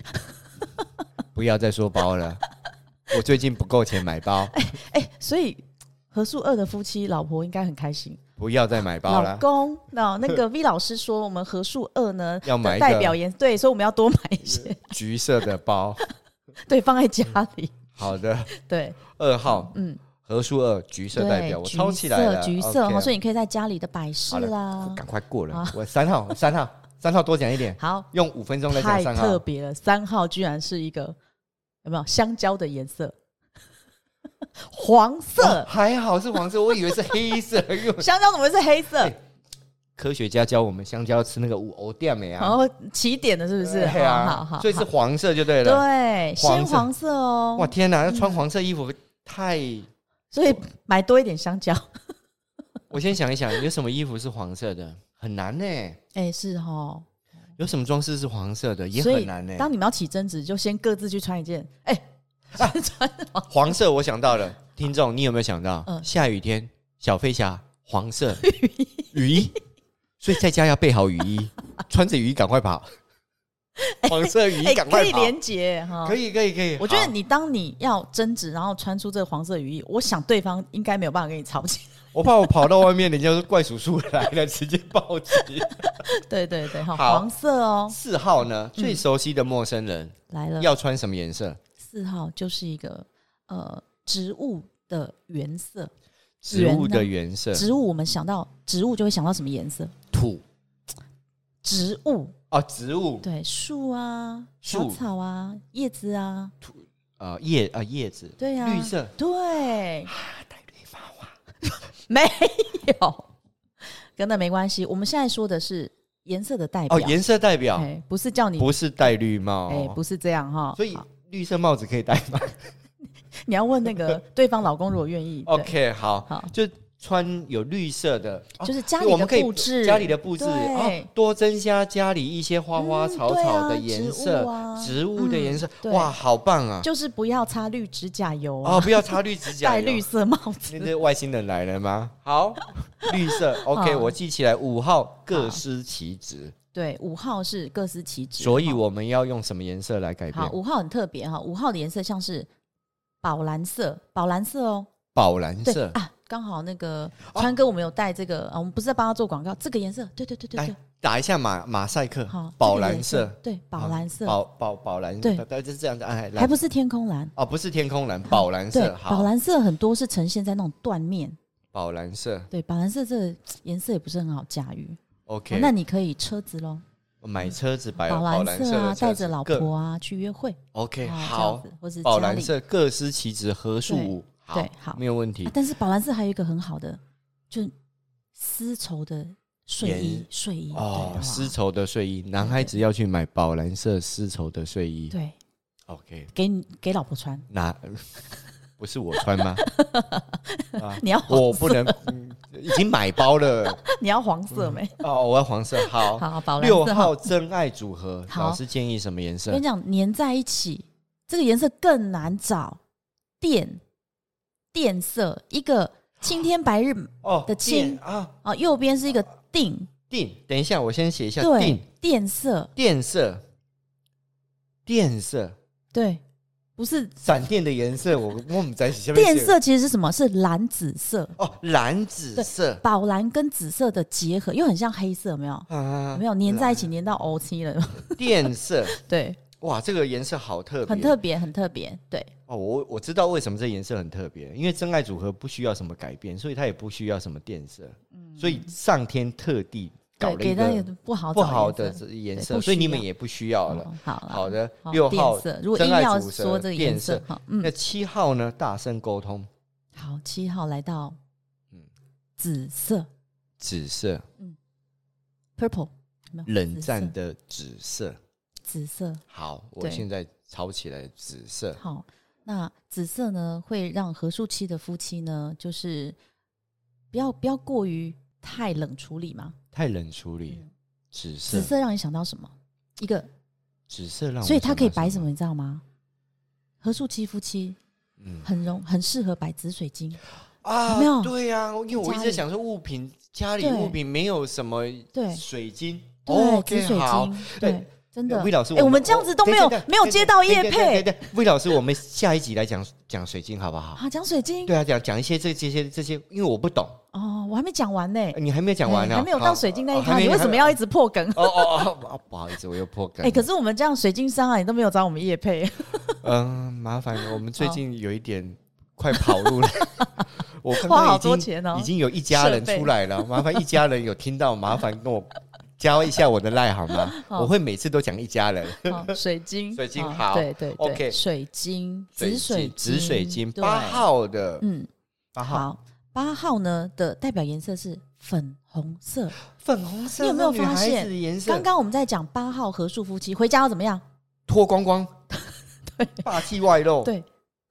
S2: 不要再说包 了，我最近不够钱买包，
S1: 哎，所以合宿二的夫妻老婆应该很开心。
S2: 不要再买包
S1: 老
S2: 了。
S1: 公，那那个 V 老师说，我们合宿二呢的
S2: 要 买一
S1: 代
S2: 个
S1: 表颜，对，所以我们要多买一些，
S2: 橘色的包，
S1: 对，放在家里，
S2: 好的，
S1: 对，
S2: 二号
S1: 嗯，
S2: 何数二橘色
S1: 对，
S2: 代表，我
S1: 橘
S2: 抄起来
S1: 色
S2: 了，
S1: 橘色哈，所
S2: 以
S1: 以你可以在家里的摆
S2: 啊好
S1: 饰
S2: 了
S1: 啦。
S2: 赶快过了
S1: 啊。
S2: 我三号， 三号，三号多讲一点，
S1: 好，
S2: 用五分钟来讲
S1: 太
S2: 三
S1: 特
S2: 号。
S1: 别了，三号居然是一个有没有香蕉的颜色？ 黄
S2: 哦
S1: 色，
S2: 还好是黄色，我以为是黑色，因为
S1: 香蕉怎么会是黑色
S2: 哎？ 科学家教我们香蕉吃那个五欧淀美
S1: 然
S2: 啊，
S1: 后起点的是不哦是？
S2: 对
S1: 好好
S2: 啊
S1: 好，，
S2: 所以是
S1: 好
S2: 黄色就对了。
S1: 对啊
S2: 黄
S1: 鲜
S2: 色
S1: 黄色哦
S2: 哇，。天哪，要穿黄色衣服太……
S1: 所以买多一点香蕉。
S2: 我先想一想，有什么衣服是黄色的？很难呢。
S1: 哎，是哦。
S2: 有什么装饰是黄色的？也
S1: 所
S2: 很
S1: 以
S2: 难呢。欸
S1: 当你们要起争执，就先各自去穿一件。哎，穿黄
S2: 黄色，我想到了，听众，你有没有想到？
S1: 嗯
S2: 下雨天，小飞侠黄 色雨衣，所以在家要备好雨衣，穿着雨衣赶快跑，黄色雨衣
S1: 哎，
S2: 赶
S1: 可
S2: 快
S1: 以
S2: 跑，
S1: 连结哈
S2: 可。以可以可以。
S1: 我觉得
S2: 好
S1: 你当你要争执，然后穿出这个黄色雨衣，我想对方应该没有办法跟你吵起来
S2: 我怕我跑到外面，人家说怪叔叔来了，直接报警。
S1: 对对对，好，
S2: 好
S1: 黄色 哦，嗯
S2: 四号呢，最熟悉的陌生人
S1: 来了。
S2: 要穿什么颜色？
S1: 四号就是一个呃植物的原色，
S2: 植物的
S1: 圆
S2: 原色
S1: 呢，植物我们想到植物就会想到什么颜色？
S2: 土
S1: 植物
S2: 哦，植物
S1: 对，树啊，小
S2: 树
S1: 草啊，叶子啊，
S2: 呃叶啊叶子
S1: 对啊，
S2: 绿色，啊
S1: 对， 没有，跟那没关系。我们现在说的是颜色的代表，
S2: 哦颜色代表
S1: 哎不是叫你
S2: 不是戴绿帽
S1: 哎，不是这样哈，
S2: 所以
S1: 好
S2: 绿色帽子可以戴吗
S1: 你要问那个对方老公如果愿意对
S2: ？OK，好，
S1: 好，
S2: 就穿有绿色的，哦
S1: 就是家
S2: 因为
S1: 里的
S2: 我们可以
S1: 布置，
S2: 家里的布置
S1: 对
S2: 哦，多增加家里一些花花草草的
S1: 嗯对啊
S2: 颜
S1: 植
S2: 色
S1: 物，啊
S2: 植物的颜色，
S1: 对
S2: 哇，好棒啊！
S1: 就是不要擦绿指甲油啊，
S2: 哦，不要擦绿指 甲
S1: 戴
S2: 油，
S1: 绿色帽
S2: 那
S1: 子。
S2: 这外星人来了吗？好，绿色，OK，
S1: 好
S2: 我记起来。五号各司其职，
S1: 对，五号是各司其职，
S2: 所以
S1: 哈
S2: 我们要用什么颜色来改
S1: 好
S2: 变？
S1: 五号很特别哈，五号的颜色像是宝蓝色，宝蓝色哦，
S2: 宝蓝
S1: 对
S2: 色。哦
S1: 啊，刚好那个川哥我们有带这个啊，我们不是在帮他做广告，这个颜色，对对对对
S2: 来
S1: 对，
S2: 打一下马马赛克
S1: 好，，
S2: 哎
S1: 这
S2: 宝
S1: 个
S2: 蓝
S1: 颜
S2: 色，，啊
S1: 对，宝蓝色，
S2: 宝宝宝蓝，
S1: 对
S2: 大概就是这样子。哎，来
S1: 还不是天空蓝，
S2: 哦，不是天空蓝，宝蓝
S1: 对
S2: 色，，
S1: 宝
S2: 好，
S1: 蓝色很多是呈现在那种缎面，
S2: 宝蓝色
S1: 对，宝蓝色这个颜色也不是很好驾驭，哦
S2: ，OK。
S1: 那你可以车子喽，
S2: 我买车子摆
S1: 宝
S2: 宝蓝
S1: 蓝色
S2: 的
S1: 啊，
S2: 车
S1: 带
S2: 子
S1: 着老
S2: 各
S1: 婆啊去约会。
S2: ，OK，
S1: 啊
S2: 好
S1: 这样，子或是
S2: 宝
S1: 家
S2: 蓝
S1: 里啊
S2: 色各司其职，合数
S1: 对
S2: 五，
S1: 对好
S2: 没有问题
S1: 啊。但是宝蓝色还有一个很好的，就是丝绸的睡衣
S2: 棉，
S1: 睡衣
S2: 哦，丝
S1: 丝
S2: 绸的睡衣，男孩子要去买宝蓝色丝绸的睡衣。
S1: 对，
S2: OK，
S1: 给你给老婆穿，
S2: 那不是我穿吗？ 啊，
S1: 你要
S2: 我
S1: 黄
S2: 不
S1: 色，
S2: 能，嗯已经买包了。
S1: 你要黄色没？
S2: 哦，我要黄色。好，
S1: 好，宝蓝
S2: 六
S1: 色哈，
S2: 号真爱组合，
S1: 好
S2: 老师建议什么颜
S1: 我跟
S2: 色
S1: 你？讲，粘在一起，这个颜色更难找，靛靛色，一个青天白日
S2: 哦
S1: 的青
S2: 电啊，
S1: 啊，右边是一个靛，
S2: 靛。等一下，我先写一下靛
S1: 对，靛色，
S2: 电色，电色，
S1: 对，不是
S2: 闪电的颜色，我我们在下面写
S1: 靛色其实是什么？是蓝紫色。
S2: 哦，蓝紫色
S1: 宝蓝跟紫色的结合，又很像黑色，有没有？
S2: 啊
S1: 有没有粘在一起，粘到 O 漆了。
S2: 电色。
S1: 对，
S2: 哇，这个颜色好特别，
S1: 很特别，很特别。对，
S2: 哦，我我知道为什么这颜色很特别，因为真爱组合不需要什么改变，所以它也不需要什么变色，所以上天特地搞
S1: 嗯对，
S2: 了
S1: 给
S2: 一
S1: 大家
S2: 个
S1: 不好
S2: 不
S1: 找
S2: 好
S1: 颜色
S2: 的这颜
S1: 对
S2: 色，
S1: 不
S2: 所以
S1: 需
S2: 你们
S1: 要
S2: 也不需要了
S1: 哦。好啦
S2: 好的，
S1: 好
S2: 六号
S1: 变色，如果
S2: 真
S1: 硬
S2: 爱
S1: 要
S2: 组
S1: 说
S2: 合
S1: 这个
S2: 变
S1: 颜色
S2: 色，
S1: 好，
S2: 那
S1: 嗯，
S2: 七号呢？大声沟通，
S1: 好，七号来到，
S2: 嗯
S1: 紫色
S2: 紫色，
S1: （purple），有没有
S2: 冷战
S1: 紫色
S2: 的紫色。
S1: 紫色。
S2: 好，我
S1: 对
S2: 现在抄起来紫色。
S1: 好，那紫色呢，会让合数期的夫妻呢，就是不要不要过于太冷处理嘛。
S2: 太冷处理，
S1: 嗯
S2: 紫色，
S1: 紫色让你想到什么？一个，
S2: 紫色让我想到什么，
S1: 所以它可以摆什么，你知道吗？合数期夫妻
S2: 嗯
S1: 很容很适合摆紫水晶，
S2: 啊
S1: 有没有
S2: 对呀、因为我一直在想说物品，家里
S1: 对
S2: 物品没有什么
S1: 对
S2: 水晶，
S1: 对，紫
S2: 哦 OK，
S1: 水
S2: 好。
S1: 晶，对，真的
S2: 魏。老师，哦
S1: 哎我们这样子都没有
S2: 等一下
S1: 没有接到业配。
S2: 等一下等一下等一下等一下等一下魏老师，我们下一集来讲讲水晶好不好？
S1: 啊，讲水晶
S2: 对啊，讲讲一些这这些这些，因为我不懂，
S1: 哦，我还没讲完呢，
S2: 你还没有讲完呢，
S1: 哎还没有
S2: 好
S1: 到水晶那
S2: 哦
S1: 一
S2: 还
S1: 趴，
S2: 没
S1: 你为什么要一直破梗？
S2: 哦哦哦，哦不好意思，我又破梗。
S1: 哎，可是我们这样水晶商啊，你都没有找我们叶 配，
S2: 嗯，麻烦了我们最近有一点快跑 路了。我刚
S1: 花
S2: 刚
S1: 好
S2: 已
S1: 多
S2: 经
S1: 钱哦
S2: 已经有一家人
S1: 设备
S2: 出来了，麻烦一家人有听到，麻烦跟我加一下我的赖好吗？
S1: 好
S2: 我会每次都讲一家人。
S1: 好哦水晶，
S2: 水晶
S1: 好
S2: 好
S1: 对对对
S2: OK
S1: 水晶，紫
S2: 水
S1: 水
S2: 晶紫水晶，
S1: 对
S2: 八，号的
S1: 嗯，
S2: 八号
S1: 好，八号呢的代表颜色是粉红色。
S2: 粉红色，
S1: 你有没有
S2: 那女
S1: 发
S2: 孩
S1: 现
S2: 子的颜色
S1: 刚刚我们在讲八号合数夫妻回家要怎么样？
S2: 脱光光，
S1: 对
S2: 霸气外露。
S1: 对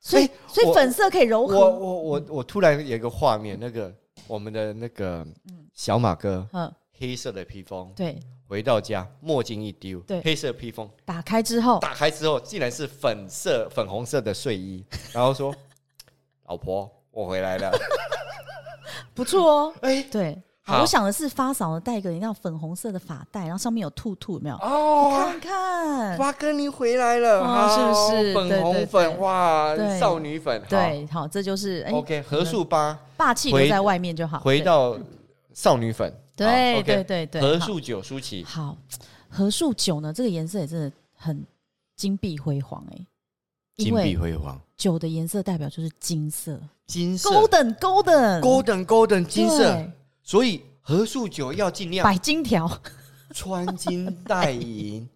S1: 所以
S2: 哦哎
S1: 所以
S2: 我
S1: 粉色可以柔
S2: 我
S1: 和，
S2: 我我我突然有一个画面，那个我们的那个小马哥，
S1: 嗯，
S2: 黑色的披风，
S1: 对，
S2: 回到家墨镜一丢，
S1: 对
S2: 黑色披风。
S1: 打开之后，
S2: 打开之后，竟然是粉色、粉红色的睡衣， 然后说：“老婆，我 回来了。
S1: 不错哦，
S2: 哎
S1: 对。
S2: 好
S1: 好，我想的是发嫂呢戴一个你那种粉红色的发带，然后上面有兔兔，有没有”？
S2: 哦，
S1: 看看，
S2: 八哥你回来了，
S1: 哦
S2: 好
S1: 是不是
S2: 粉
S1: 对对
S2: 红粉
S1: 对
S2: 哇，
S1: 对
S2: 少女粉。好
S1: 对，好，这就是哎，
S2: ，OK，合数八
S1: 霸气留
S2: 回
S1: 在外面就好。
S2: 回
S1: 对
S2: 到少女粉。
S1: 对
S2: 好
S1: 对
S2: OK，
S1: 对对，
S2: 合
S1: 好
S2: 数九舒淇，
S1: 好，合数九呢，这个颜色也真的很金碧辉煌哎、因为
S2: 辉煌，
S1: 九的颜色代表就是金色
S2: 金色
S1: ，golden golden
S2: ，golden golden 金色
S1: 对，，
S2: 所以合数九要尽量
S1: 摆金条
S2: 穿金戴银。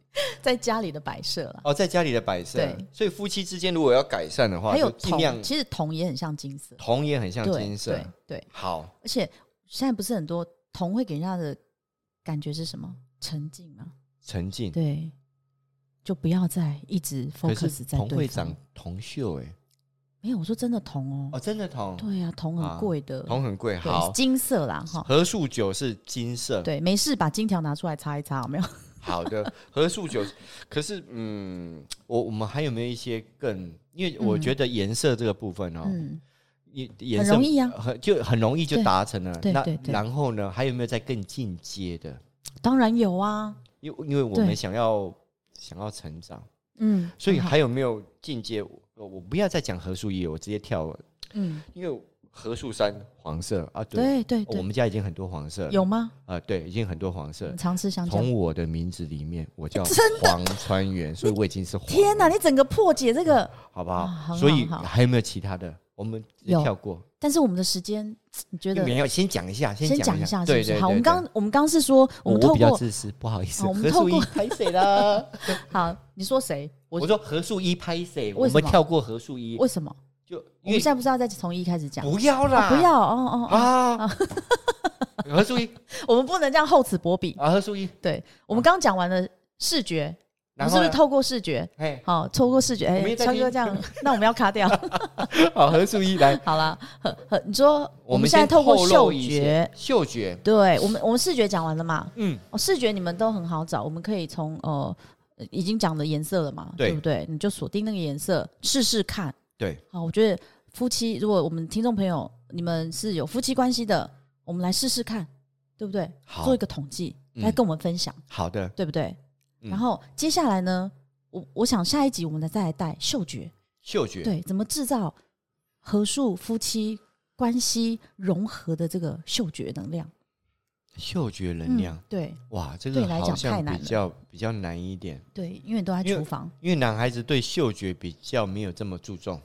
S1: 在家里的摆设了。
S2: 哦，在家里的摆设
S1: 对，
S2: 所以夫妻之间如果要改善的话，
S1: 还有
S2: 就尽量
S1: 铜，其实铜也很像金色，
S2: 铜也很像
S1: 对
S2: 金色
S1: 对。对，
S2: 好，
S1: 而且现在不是很多铜会给人家的感觉是什么？沉静嘛，
S2: 沉静。
S1: 对，就不要再一直
S2: 可
S1: focus
S2: 是
S1: 在
S2: 铜
S1: 对
S2: 会
S1: 方
S2: 长。铜锈哎，
S1: 没有，我说真的铜哦，
S2: 哦，真的铜，
S1: 对啊，铜很
S2: 啊
S1: 贵的，
S2: 铜很贵。
S1: 对
S2: 好，
S1: 金色啦哈。
S2: 合数九是哦金色，
S1: 对，没事，把金条拿出来擦一擦，有没有？
S2: 好 的，合数九。可是，嗯，我我们还有没有一些更？因为我
S1: 嗯
S2: 觉得颜色这个部分哦，
S1: 嗯，
S2: 颜颜色
S1: 很容易啊
S2: 很就很容易就
S1: 对
S2: 达成了。
S1: 对
S2: 那
S1: 对对
S2: 然后呢，还有没有再更进阶的？
S1: 当然有啊，
S2: 因为因为我
S1: 对
S2: 们想要想要成长。
S1: 嗯，
S2: 所以
S1: 很好
S2: 还有没有进阶？我我不要再讲合数一了，我直接跳，
S1: 嗯，
S2: 因为合数三黄色啊，
S1: 对
S2: 对，
S1: 对
S2: 我
S1: 对，
S2: 们家已经很多黄色了，
S1: 有吗？
S2: 啊、对，已经很多黄色
S1: 你。常吃香蕉？
S2: 从我的名字里面，我叫
S1: 真
S2: 黄川源，所以我已经是黄了，
S1: 天哪，你整个破解这个，
S2: 好不
S1: 啊
S2: 好？
S1: 很好
S2: 所以
S1: 很好
S2: 还有没有其他的？我们直接
S1: 有
S2: 跳过，
S1: 但是我们的时间，你觉得
S2: 没有，先讲一下，
S1: 先
S2: 讲
S1: 讲一下是
S2: 对
S1: 不
S2: 对
S1: 是？
S2: 对
S1: 好，我们
S2: 对
S1: 刚我们刚是说，我
S2: 我
S1: 们透
S2: 我比较
S1: 过
S2: 自私，不好意思，
S1: 好我们
S2: 合
S1: 透
S2: 数一
S1: 过
S2: 拍谁啦？
S1: 好，你说谁？
S2: 我
S1: 我
S2: 说合数一拍谁？
S1: 为
S2: 我
S1: 什
S2: 们
S1: 么
S2: 跳过合数一，
S1: 为什么？
S2: 就
S1: 我
S2: 因
S1: 们
S2: 为
S1: 现在不是要再从一开始讲？
S2: 不要啦，
S1: 哦不要哦哦哦，
S2: 啊！何书一
S1: 我们不能这样厚此薄彼。
S2: 啊，何书一，
S1: 对，我们刚刚讲完了视觉，我
S2: 然
S1: 们
S2: 后
S1: 是不是
S2: 呢
S1: 透过视觉？
S2: 哎，
S1: 好，透过视觉，
S2: 我们
S1: 哎，
S2: 也在
S1: 超
S2: 听
S1: 哥这样， 那我们要卡 掉。
S2: 好，何书一来，
S1: 好啦，呵呵，你说我们
S2: 们
S1: 现在
S2: 先
S1: 透过
S2: 透
S1: 嗅
S2: 露一
S1: 觉
S2: 些，嗅觉，
S1: 对我们我们视觉讲完了嘛？
S2: 嗯，
S1: 哦，视觉你们都很好找，我们可以从呃已经讲的颜色了嘛，
S2: 对
S1: 不对？你就锁定那个颜色试试看。
S2: 对，
S1: 好，我觉得夫妻如果我们听众朋友你们是有夫妻关系的，我们来试试看，对不对？
S2: 好
S1: 做一个统计
S2: 嗯
S1: 来跟我们分享，
S2: 好的，
S1: 对不对？
S2: 嗯
S1: 然后接下来呢，我我想下一集我们再来带嗅觉，
S2: 嗅觉，
S1: 对，怎么制造合数夫妻关系融合的这个嗅觉能量？
S2: 嗅觉能量
S1: 嗯，，对
S2: 哇，这
S1: 对
S2: 个
S1: 来讲
S2: 好
S1: 太
S2: 像
S1: 难
S2: 比较比较难一点，
S1: 对，因为你都在
S2: 因为
S1: 厨房，
S2: 因为男孩子对嗅觉比较没有这么注重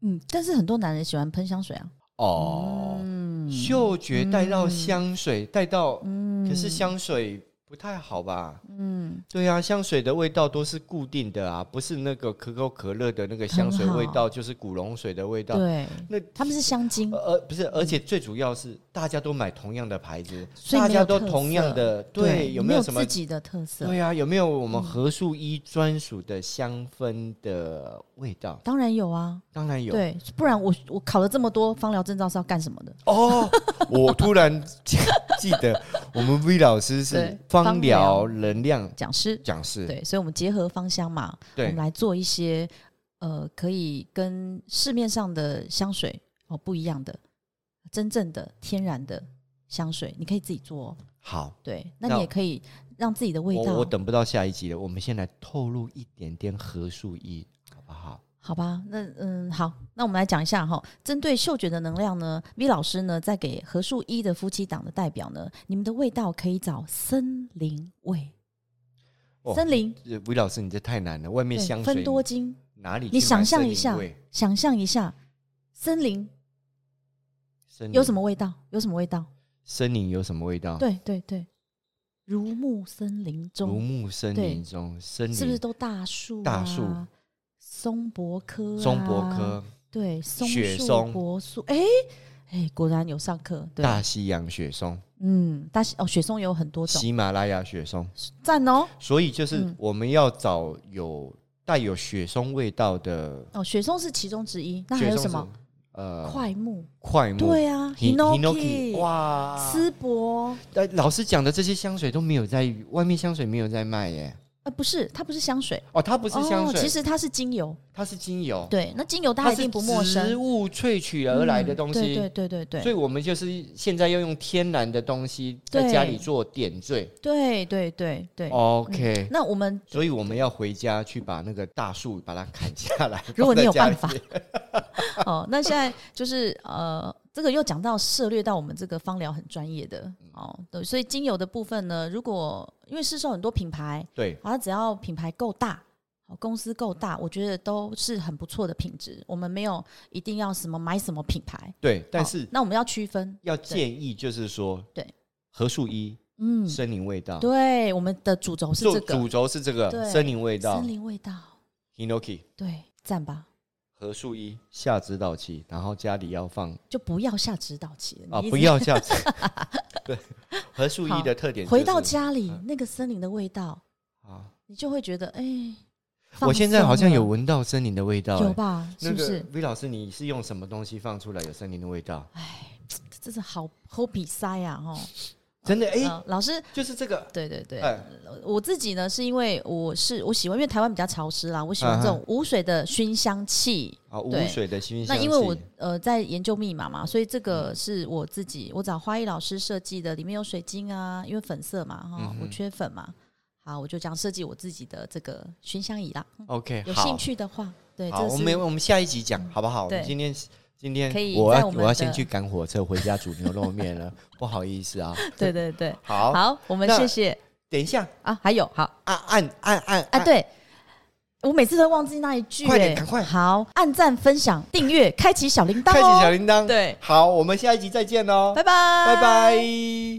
S1: 嗯，但是很多男人喜欢喷香水啊，
S2: 哦。
S1: 嗯，
S2: 嗅觉带到香水，带到
S1: 嗯
S2: 可是，香水不太好吧？
S1: 嗯，
S2: 对啊，香水的味道都是固定的啊，不是那个可口可乐的那个香水
S1: 很好
S2: 味道，就是古龙水的味道。
S1: 对，
S2: 那
S1: 他们是香精，
S2: 呃，呃不是，而且最主要是大家都买同样的牌子，
S1: 嗯所以
S2: 大
S1: 没有
S2: 家都
S1: 特色
S2: 同样的，对，有
S1: 没
S2: 没有什么
S1: 自？己的嗯特色？
S2: 对啊，有没有我们合树一专属的香氛的味道？
S1: 当然有啊，
S2: 当然有。
S1: 对，不然我我考了这么多芳疗证照是要干什么的？
S2: 哦，我突然记记得我们 V 老师是
S1: 对
S2: 芳疗
S1: 芳
S2: 能量
S1: 讲师，
S2: 讲师，
S1: 对，所以我们结合芳香嘛，我
S2: 对
S1: 们来做一些呃，可以跟市面上的香水哦不一样的，真正的天然的香水，你可以自己做、哦。
S2: 好。
S1: 对，那
S2: 那
S1: 你也可以让自己的味
S2: 我
S1: 道，
S2: 我等不到下一集了，我们先来透露一点点何数一，好不好？
S1: 好吧？那嗯，好，那我们来讲一下哈，针对嗅觉的能量呢，V 老师呢在给合数一的夫妻档的代表呢，你们的味道可以找森林味，
S2: 哦
S1: 森林
S2: 呃吴老师，你这太难了，外面
S1: 对
S2: 香水
S1: 芬多精，
S2: 哪里去
S1: 你
S2: 买森林味？
S1: 想象一下，想象一下，森林
S2: 森林
S1: 有什么味道？有什么味道？
S2: 森林有什么味道？，
S1: 对对对，如沐森林
S2: 如
S1: 中，
S2: 沐森林中，森林
S1: 是不是都大树、啊？
S2: 大树、
S1: 松柏科、啊
S2: 松柏科、、
S1: 对，松
S2: 雪
S1: 树、
S2: 松
S1: 柏树，哎、哎、果然有上课。对，
S2: 大西洋雪松、
S1: 嗯，大西哦，雪松有很多种，
S2: 喜马拉雅雪松，
S1: 赞哦。
S2: 所以就是
S1: 嗯
S2: 我们要找有带有雪松味道的
S1: 哦，雪松是其中之一，那还
S2: 雪
S1: 有
S2: 松
S1: 什
S2: 是
S1: 么？？
S2: 呃，
S1: 快木，
S2: 快木
S1: 对啊
S2: Hi-
S1: ，hinoki，
S2: Hinoki，哇！
S1: 丝柏，
S2: 呃，老师讲的这些香水都没有在外面香水没有在卖耶。
S1: 呃，不是，它不是香水，
S2: 哦，它
S1: 不
S2: 不是香水，
S1: 其实它是精油。
S2: 它是精油，
S1: 对，那精油大
S2: 它
S1: 家
S2: 是
S1: 一定不陌生
S2: 植，物萃取而来的
S1: 嗯
S2: 东西。
S1: 对对对对
S2: 所
S1: 对
S2: 以我们就是现在要用天然的东西在
S1: 对
S2: 家里做点缀。
S1: 对对对对。嗯
S2: 哦 OK，、
S1: 那我们
S2: 所以我们要回家去把那个大树把它砍下来。
S1: 如果你有
S2: 放在
S1: 办
S2: 家
S1: 法
S2: 里，
S1: 哦，那现在就是呃，这个又讲到涉略到我们这个芳疗很专业的哦，对，所以精油的部分呢，如果因为市售很多品牌，
S2: 对，
S1: 好像只要品牌够大。哦公司够大，我觉得都是很不错的品质。我们没有一定要什么买什么品牌，
S2: 对，但
S1: 哦
S2: 是
S1: 那我们要区分，
S2: 要建议就是说，
S1: 对，
S2: 何树一
S1: 嗯，
S2: 森林味道，
S1: 对，我们的主轴是
S2: 主
S1: 这个
S2: 主轴是这个
S1: 对
S2: 森林味道
S1: 森林味道，
S2: ，Hinoki
S1: 对，赞吧？
S2: 何树一下指导期，然后家里要放
S1: 就不要下指导棋了
S2: 啊，
S1: 你一
S2: 不
S1: 直
S2: 要下指。 对，何树一
S1: 好
S2: 的特点、就是、嗯
S1: 回到家里，那个森林的味道，
S2: 啊，
S1: 你就会觉得哎、
S2: 我现在好像有
S1: 放
S2: 闻到森林的味道、
S1: 松了有
S2: 哎
S1: 吧？是
S2: 那
S1: 不
S2: 个
S1: 是？
S2: V 老师，你是用什么东西放出来有森林的味道？
S1: 这是好好比赛啊！哈，
S2: 真的哎、
S1: 嗯老师，
S2: 就是这个，
S1: 对对对，
S2: 哎、
S1: 我自己呢是因为我是我喜欢，因为台湾比较潮湿啦，我喜欢这
S2: 啊
S1: 种无水的熏香气。
S2: 啊，无
S1: 对
S2: 水的新
S1: 那
S2: 香
S1: 因为我
S2: 气嗯
S1: 呃在研究密码嘛，所以这个是我自己，我找花艺老师设计的，里面有水晶啊，因为粉色嘛哈，
S2: 嗯哼
S1: 我缺粉嘛，好，我就这样设计我自己的这个熏香仪啦。
S2: OK
S1: 有
S2: 哎好
S1: 兴，趣的话，对，
S2: 好，
S1: 这
S2: 我
S1: 是嗯
S2: 们我们下一集讲好不好？我们
S1: 对
S2: 今天今天
S1: 可以
S2: 我
S1: 在
S2: 要
S1: 我们
S2: 我要
S1: 的
S2: 先去赶火车回家煮牛肉面了，不好意思啊。
S1: 对对对。
S2: 好，
S1: 好，我们
S2: 那
S1: 谢谢
S2: 等一下，
S1: 啊，还有好
S2: 按按按按
S1: 啊，，对。我每次都忘记那一句、欸，
S2: 快点赶快
S1: 好，按赞、分享、订阅、开启小铃铛、哦，
S2: 开启小铃铛。
S1: 对，
S2: 好，我们下一集再见喽，
S1: 拜拜，
S2: 哦拜拜